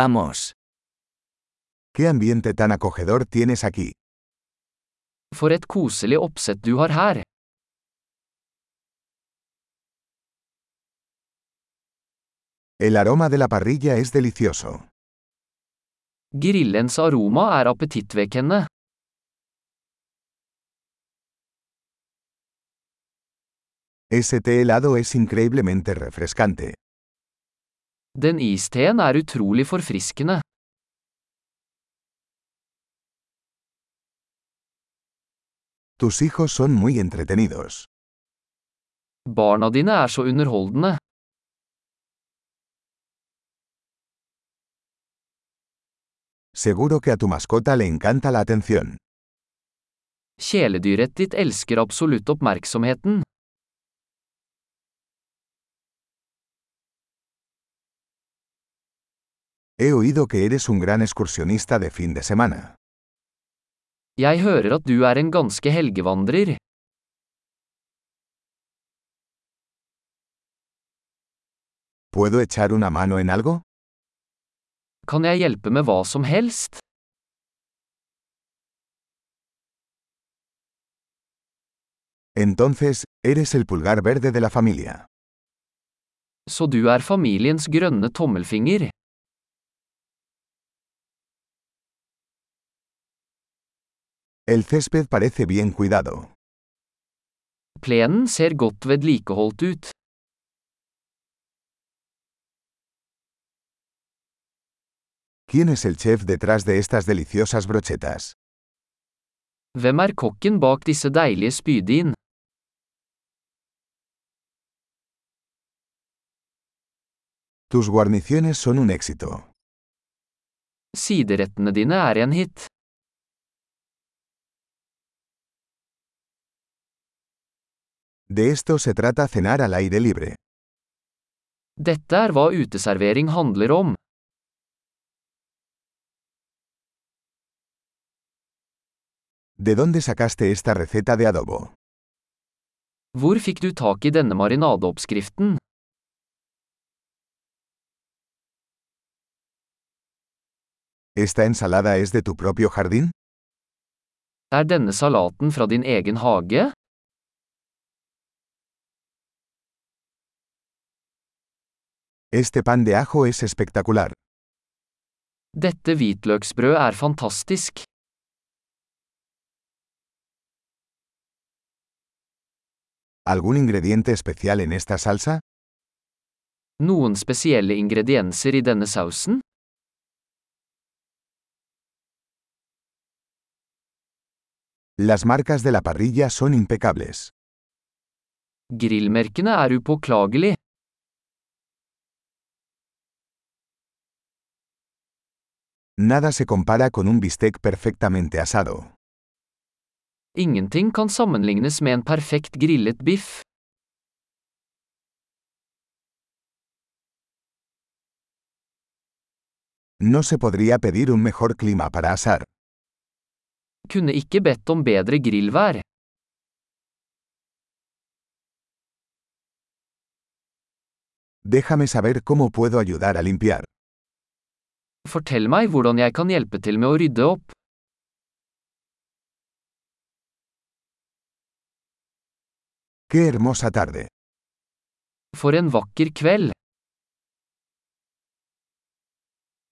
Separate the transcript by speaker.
Speaker 1: Vamos.
Speaker 2: ¿Qué ambiente tan acogedor tienes aquí?
Speaker 1: For et koselig oppsett du har her.
Speaker 2: El aroma de la parrilla es delicioso.
Speaker 1: Grillens aroma er appetittvekkende.
Speaker 2: Ese té helado es increíblemente refrescante.
Speaker 1: Den isteen er utrolig forfriskende.
Speaker 2: Tus hijos son muy entretenidos.
Speaker 1: Barna dine er så underholdende.
Speaker 2: Seguro que a tu mascota le encanta la atención.
Speaker 1: Kjæledyret ditt elsker absolutt oppmerksomheten.
Speaker 2: He oído que eres un gran excursionista de fin de semana.
Speaker 1: Jeg hører at du er en ganske helgevandrer.
Speaker 2: ¿Puedo echar una mano en algo?
Speaker 1: Kan jeg hjelpe med hva som helst?
Speaker 2: Entonces, eres el pulgar verde de la familia.
Speaker 1: Så du er familiens grønne tommelfinger.
Speaker 2: El césped parece bien cuidado.
Speaker 1: Plenen ser godt vedlikeholdt ut.
Speaker 2: ¿Quién es el chef detrás de estas deliciosas brochetas?
Speaker 1: Hvem er kokken bak disse deilige spydin?
Speaker 2: Tus guarniciones son un éxito.
Speaker 1: Siderettene dine er en hit.
Speaker 2: De esto se trata cenar al aire libre.
Speaker 1: Dette er hva uteservering handler om.
Speaker 2: ¿De dónde sacaste esta receta de adobo?
Speaker 1: Hvor fikk du tak i denne marinadeoppskriften?
Speaker 2: ¿Esta ensalada es de tu propio jardín?
Speaker 1: Er denne salaten fra din egen hage?
Speaker 2: Este pan de ajo es espectacular.
Speaker 1: Dette hvitløksbrød er fantastisk.
Speaker 2: ¿Algún ingrediente especial en esta salsa?
Speaker 1: Noen spesielle ingredienser i denne sausen?
Speaker 2: Las marcas de la parrilla son impecables.
Speaker 1: Grillmerkene er upåklagelig.
Speaker 2: Nada se compara con un bistec perfectamente asado.
Speaker 1: Ingenting kan sammenlignes med en perfekt grillet biff.
Speaker 2: No se podría pedir un mejor clima para asar.
Speaker 1: Kunne ikke bedt om bedre grillvær.
Speaker 2: Déjame saber cómo puedo ayudar a limpiar.
Speaker 1: Fortell meg hvordan jeg kan hjelpe til med å rydde opp.
Speaker 2: ¡Qué hermosa tarde!
Speaker 1: For en vakker kveld!